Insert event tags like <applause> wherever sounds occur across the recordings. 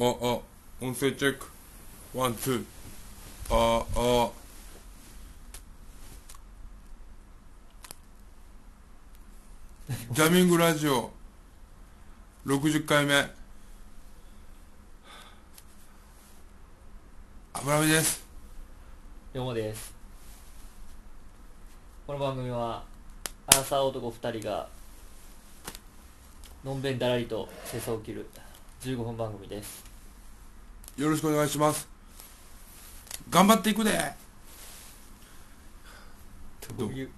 ああ音声チェックワンツーああ <laughs> ジャミングラジオ60回目油目ですどうもですこの番組はアラサー男2人がのんべんだらりと世相を切る15分番組ですよろしくお願いします頑張っていくでどどうういう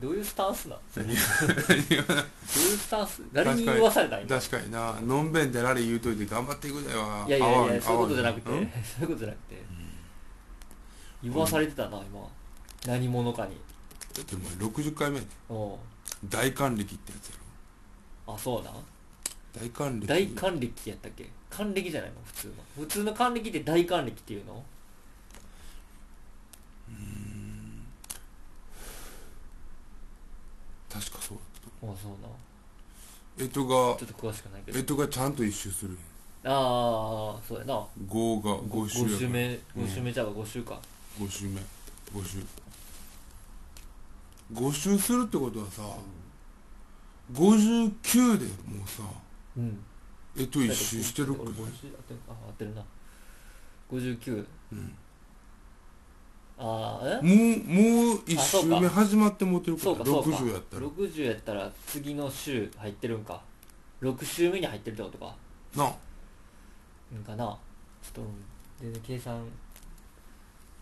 どういうスタンスなんどういうスタンかスに誰に言わされたん今確かになのんべんでラリー言うといて頑張っていくではいやいやいやそういうことじゃなくてうそういんうことじゃなくて言わされてたな今何者かにだってお前60回目おう大還暦ってやつやあそうなんろ大還暦大還暦やったっけ還暦じゃないの普通の普通の還暦って大還暦っていうの確かそうあそうなんえとがちょっと詳しくないけどえとがちゃんと一周するああそうやな5が5 5周週やから目うん5週目じゃあ5週か5周目5周5周するってことはさ59でもうさうんえと一周してるっけ俺50合ってるあ合ってるな59うんああえもうもう1周目始まってもうてるかそらうかそうか60やったら60やったら次の週入ってるんか6週目に入ってるってことかなあうんかなちょっとうん全然計算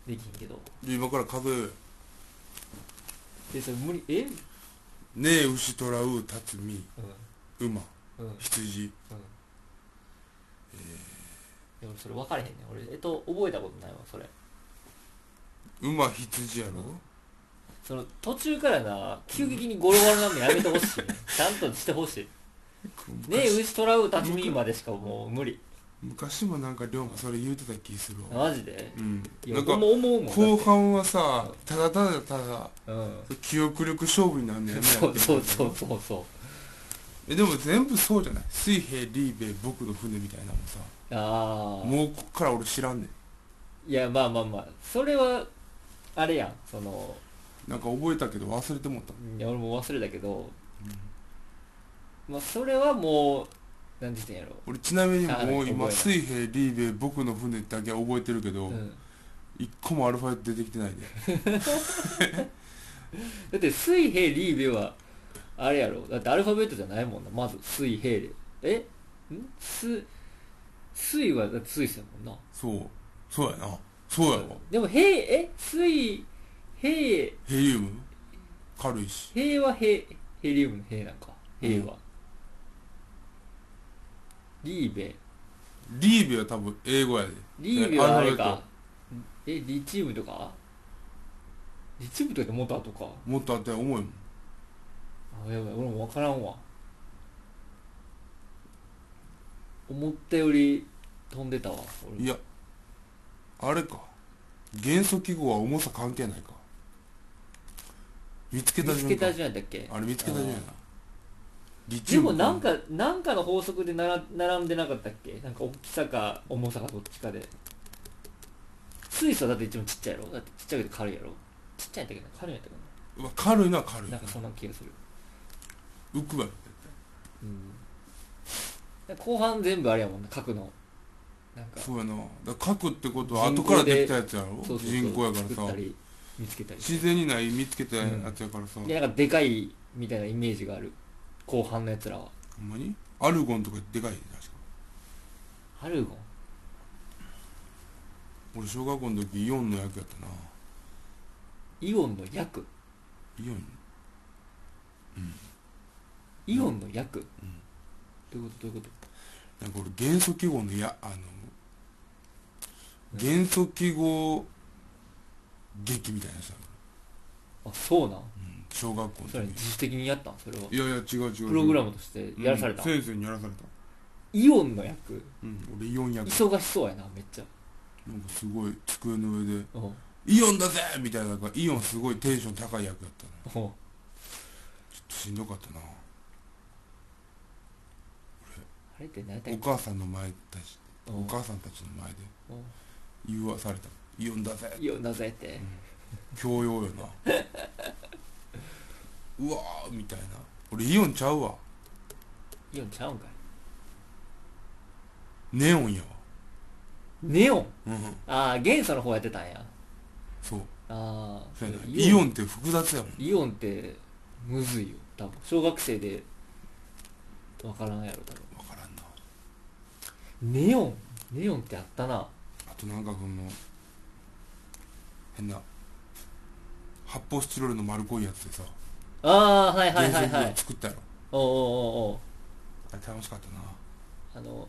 できひんけどで今から数えようよでそれ無理えねえ牛虎うたつみう馬んうん羊うんでもそれ分かれへんねん俺えっと覚えたことないわそれ馬羊やろ、その途中からな急激にゴロゴロなんのやめてほしいねちゃんとしてほしいねえ昔牛トラウタチミまでしかもう無理昔もなんか龍馬それ言うてた気するわマジでうんいやなん僕かも思うもんだって後半はさただただただう記憶力勝負になんねやんめそやうそうそうそうそえでも全部そうじゃない水平リーベ僕の船みたいなのもさうああもうこっから俺知らんねいやまあまあまあそれはあれやんそのんなんか覚えたけど忘れてもったいや俺も忘れたけど、まあそれはもう何て言ってんや俺ちなみにもあう今覚えない水平リーベ僕の船だけは覚えてるけろ、どうん、一個もアルファベット出てきてないねだって水平リーベはあれやろだってアルファベットじゃないもんなまず水平でえんす水はだって水ですやもんなそうそうやなそうやわでも平え水平ヘリウム軽いし平は平ヘリウムの平なんか平は、リーベリーベは多分英語やでリーベはあれアルファベッかトえリチウムとかリチウムとかってモタとかもっとあったら重いもんあやばい俺も分からんわ思ったより飛んでたわ俺いやあれか元素記号は重さ関係ないか見つけた順見つかけた順やったっけあれ見つけた順やなリチでウムもなんかなんかの法則でなら並んでなかったっけなんか大きさか重さかどっちかで水素だって一番ちっちゃいやろだってちっちゃくて軽いやろちっちゃいんだけど軽いんだけどうわ軽いな軽いなんかそんな気がする浮くわうんで後半全部あれやもんな角のなんかそうやなだから書くってことは人後工でからできたやつやろそうそうそう人工やから作っさたり見つけたり自然にない見つけたやつやからさ、でなんかでかいみたいなイメージがある後半のやつらはほんまにアルゴンとかでかいで確かアルゴン俺小学校の時イオンの役やったなイオンの約イオンイオンの約、んどういうことどういうこなんか俺元素記号のやあの元素記号劇みたいなさ、とあそうなんうん、小学校のそれ時自主的にやったんそれはいやいや違う違う違うプログラムとしてやらされた、うん先生にやらされたイオンの役うん俺イオン役忙しそうやなめっちゃなんかすごい机の上でうん「イオンだぜ!」みたいななんかイオンすごいテンション高い役やったなうちょんっとしんどかったなあれって何やったっおけ母さんの前だしうんお母さんたちの前でうん誘惑されたイオンだぜいやなぜって教養よな <laughs> うわーみたいな俺イオンちゃうわイオンちゃうんかいネオンやわネオンうんああ元素の方やってたんやそうああそうやなイオンンって複雑やもんイオンってむずいよ多分小学生でわからんやろ多分分からんなネオンネオンってあったなあとなんかこの変な発泡スチロールの丸っこいやつでさああはいはいはいは原い作作ったやろおうおうおうおうあれ楽しかったあの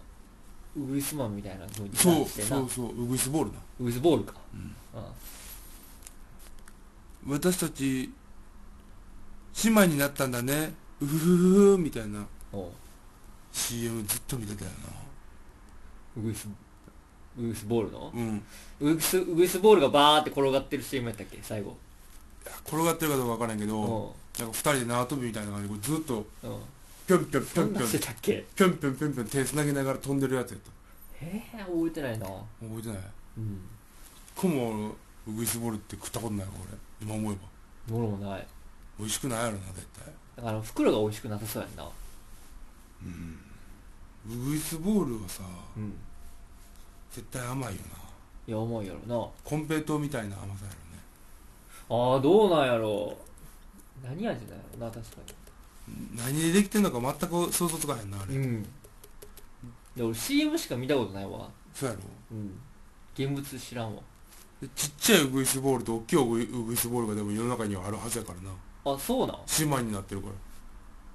ウグイスマンみたいな風になそうしてそなうそうウグイスボールなウグイスボールかうんうん私たち姉妹になったんだねうふふふふみたいなおう CM ずっと見てたよウグイスウグイスボールなのうんいウグイスウグイスボールがバーって転がってる CM やったっけ最後や転がってるかどうか分からんけどおなんか二人で縄跳びみたいな感じでこうずっとううんぴょんぴょんぴそょんんなぴんょんしてたっけぴょんぴょんぴょんぴょん手繋げながら飛んでるやつやったええ覚えてないな覚えてないうんこもウグイスボールって食ったことないわ俺今思えばものもない美味しくないやろな絶対だから袋が美味しくなさそうやんなウグイスボールはさうん絶対甘いよないや思うやろなコンペイトーみたいな甘さやろねああどうなんやろう何味なんやろな確か何でできてんのか全く想像つかへんなあれ、にうんで俺 CM しか見たことないわそうやろうん現物知らんわでちっちゃいウグイスボールと大きいウグイウグイスボールがでも世の中にはあるはずやからなあそうなん姉妹になってるか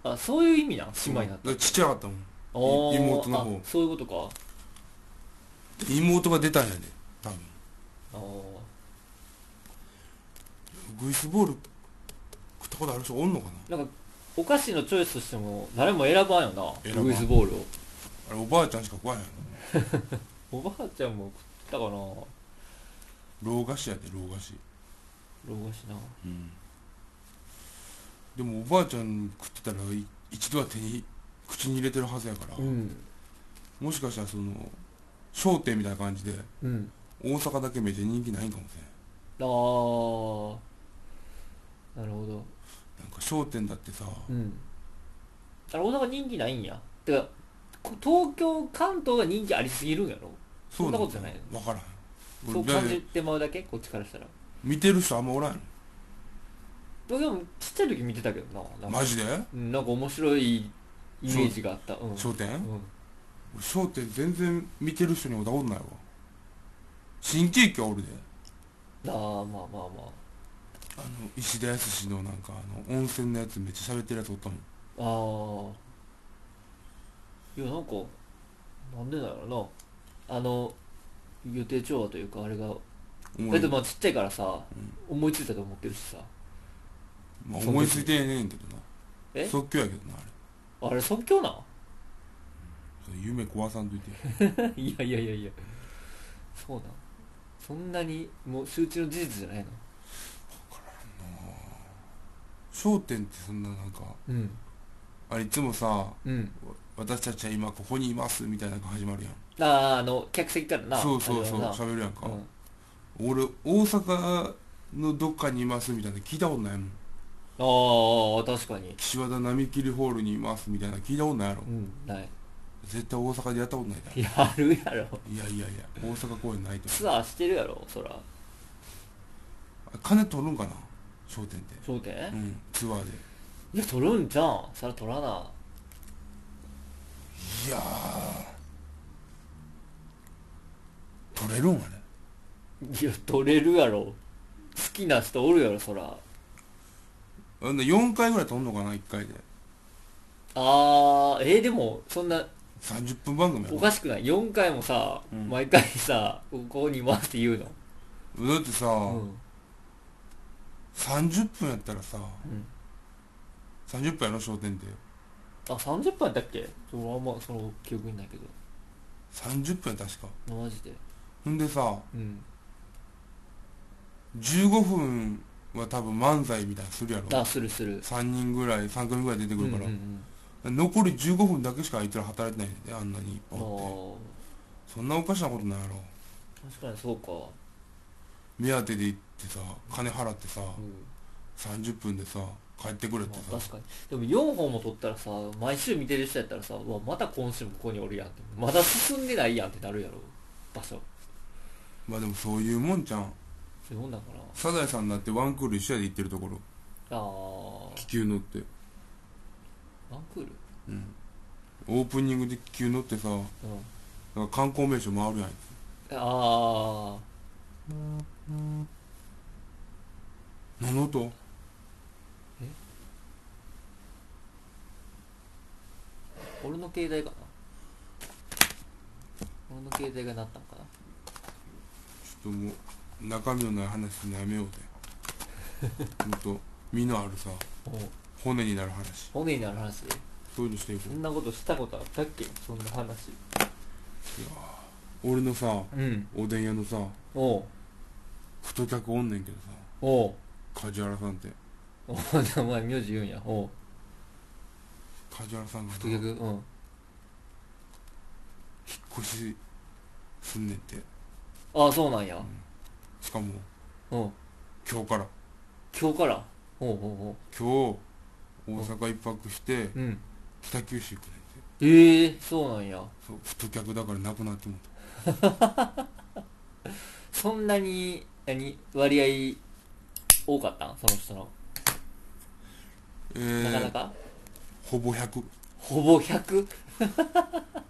らあそういう意味なん姉妹になだったからちっちゃかったもんあー妹の方あそういうことかで妹が出たんやで多分あウグイスボール食ったことある人おんのかなあなんかお菓子のチョイスとしても誰も選ばんよ選なばんウグイスボールをあれおばあちゃんしか食わへんやおばあちゃんも食ったかな老ろ老菓子やで老菓子菓子なでもおばあちゃん食ってたらい一度は手に口に入れてるはずやから、んもしかしたらその商店みたいな感じでうん大阪だけめっちゃ人気ないんかもしれんあーなるほどなんか商店だってさ、うんあれ大阪人気ないんやてかこ東京関東が人気ありすぎるんやろそんなことじゃないの分からん俺そう感だっじててまうだけこっちからしたら見てる人あんまおらんや東京もちっちゃい時見てたけどななろんか,マジでうん、なんか面白いイメージがあったうん、商店、うん、俺商店全然見てる人におったことないわ新喜劇はおるでああまあまあまあの石田康のなんかあの温泉のやつめっちゃ喋ってるやつおったもんあああいやなんかなんでだろうなあの予定調和というかあれがおもだっろいてまあちっちゃいからさ、思いついたと思ってるしさまあ、思いついてねえんけどえな即興やけどなあれあれ即興なんそれ夢壊さんといて <laughs> いやいやいやいやそうなんそんなにもう周知の事実じゃないの『笑点』ってそんななんかうんあれいつもさうん「私たちは今ここにいます」みたいなのが始まるやんあああの客席からなそうそうあそれうはな喋るやんか、うん俺大阪のどっかにいますみたいなの聞いたことないもんああ確かに岸和田波切りホールにいますみたいなの聞いたことないやろうんない <laughs> 絶対大阪でやったことないだろやるやろいやいやいや大阪公演ないとツアーしてるやろそらあ金取るんかな『笑点』ってそうで、うんツアーでいや取るんじゃんそら取らないやー取れるんあれいや取れるやろ好きな人おるやろそらあんな4回ぐらい飛んのかな1回であーえー、でもそんな30分番組やおろだかしくない4回もさ、うん毎回さここにいますって言うのってさ、うん30分やったらさうん30分やろ商店であ30分やったっけ俺はあんまその記憶にないけど30分や確かマジでほんでさうん15分は多分漫才みたいなのするやろあするする3人ぐらい3組ぐらい出てくるからうんうんうん、残り15分だけしかあいつら働いてないんであんなにいっぱいあおってーそんなおかしなことないやろ確かにそうか目当てで行ってさ金払ってさうん30分でさ帰ってくるってまあ、さ確かにでも4本も取ったらさ毎週見てる人やったらさうわまた今週もここにおるやんってまだ進んでないやんってなるやろ場所まあでもそういうもんじゃんそういうもんだからサザエさんだってワンクール一緒やで行ってるところあー気球乗ってワンクールうんオープニングで気球乗ってさうんなんか観光名所回るやんあ何の音あ俺の携帯かな俺の携帯がなったんかなちょっともう中身のない話するのやめようぜ <laughs> もっと身のあるさおう骨になる話骨になる話でそういうのしていこそんなことしたことあったっけそんな話う俺のさうんおでん屋のさおう太客おんねんけどおうさ梶原さんっておうお前名字言うんやおう梶原さんがさとにかくうん引っ越しすんねんてああそうなんやしかもおう今日から今日からおうおうおう今日大阪一泊してうん北九州行くねんてええそうなんやそう太客だからなくなってもうそんなに何割合多かったんその人の、たえー、なかなかほぼ100ほぼ 100?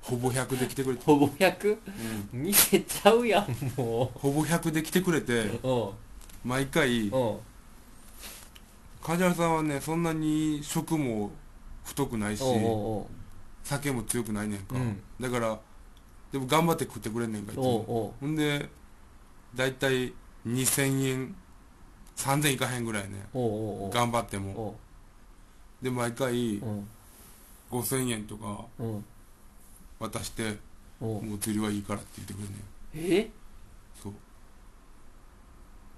ほぼ100で来てくれて、ほぼ 100? うん見せちゃうやんもほぼ100で来てくれてううん毎回うん梶原さんはねそんなに食も太くないしおうおう酒も強くないねんか、うんだからでも頑張って食ってくれんねんかいつおうおもうおうほんで大体2000円3000いかへんぐらいねおうおうおう頑張ってもおうで毎回うん5000円とかうん渡しておうもう釣りはいいからって言ってくれんねんえそ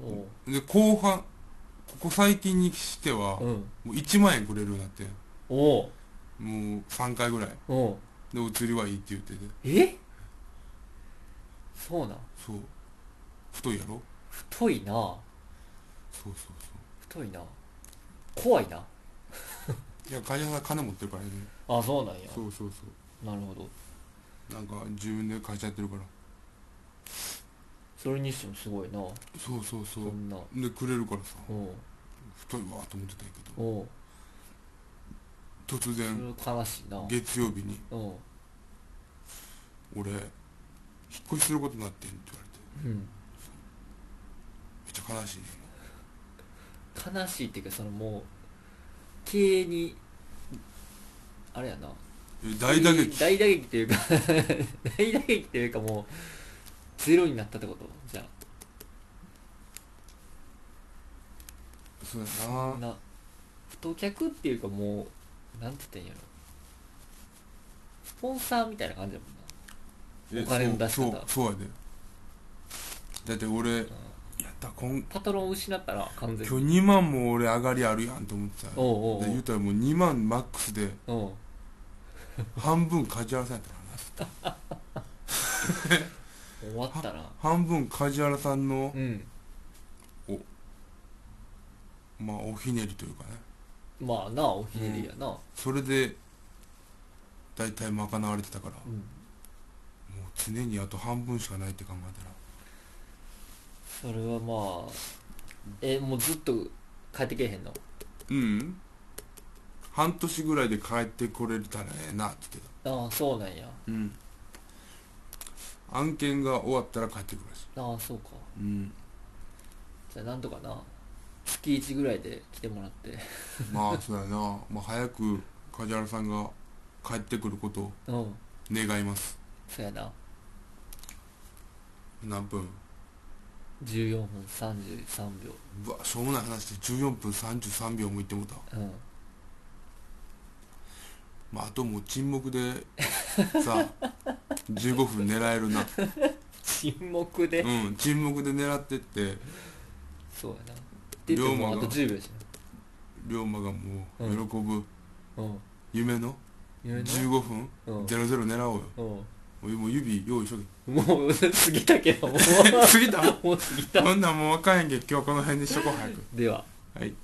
おううで後半ここ最近にしてはうんもう1万円くれるようになっておうもう3回ぐらいおうでお釣りはいいって言っててえそうなんそう太いやろ太いなそうそうそ太いな怖いなういや梶原さん金持ってるからねあそうなんやそうそうそなるほどうなんか自分で会社やってるからそれにしてもすごいなそうそうそそうんなでくれるからさおう太いわと思ってたんやけどおう突そ然れは悲しいなうん月曜日に「俺引っ越しすることになってん」って言われてうんめっちゃ悲しいね悲しいっていうかそのもう経営にあれやなえ大打撃大打撃っていうか <laughs> 大打撃っていうかもうゼロになったってことじゃそうやあなな太客っていうかもうなんて言ったらいいんやろスポンサーみたいな感じだもんえなお金の出しそ方うそうそうやでだって俺やんった今パトロンを失ったら完全今に日2万も俺上がりあるやんと思ってたでおうおう言うたらもう2万マックスでおうおう半分梶原さんやったからな終わったな半分梶原さんのう、んまあ、おひねりというかねまあなおひねりやな、それで大体賄われてたからう、もうん常にあと半分しかないって考えたらそれはまあえもうずっと帰ってけえへんのうん半年ぐらいで帰ってこれたらええなって言ってああそうなんやたうん案件が終わったら帰ってくるらしいああそうかうんじゃあなんとかな月1ぐらいで来てもらってまあそうやな、まあ、早く梶原さんが帰ってくることをうん願いますそうやな何分14分33秒うわしょうもない話で14分33秒もいってもうたうんまあ、あともう沈黙でさ15分狙える <laughs> な、沈黙でうん、沈黙で狙ってってそうやな出てもうあと10秒じ龍馬がもうう喜ぶゃんうん夢の夢の15分うん00狙おうようんもう指用意しと <laughs> もう過ぎたけどもう <laughs> け過ぎた <laughs> もう過ぎたこんなんもうわかんへんけど今日はこの辺にしとこう早くでははい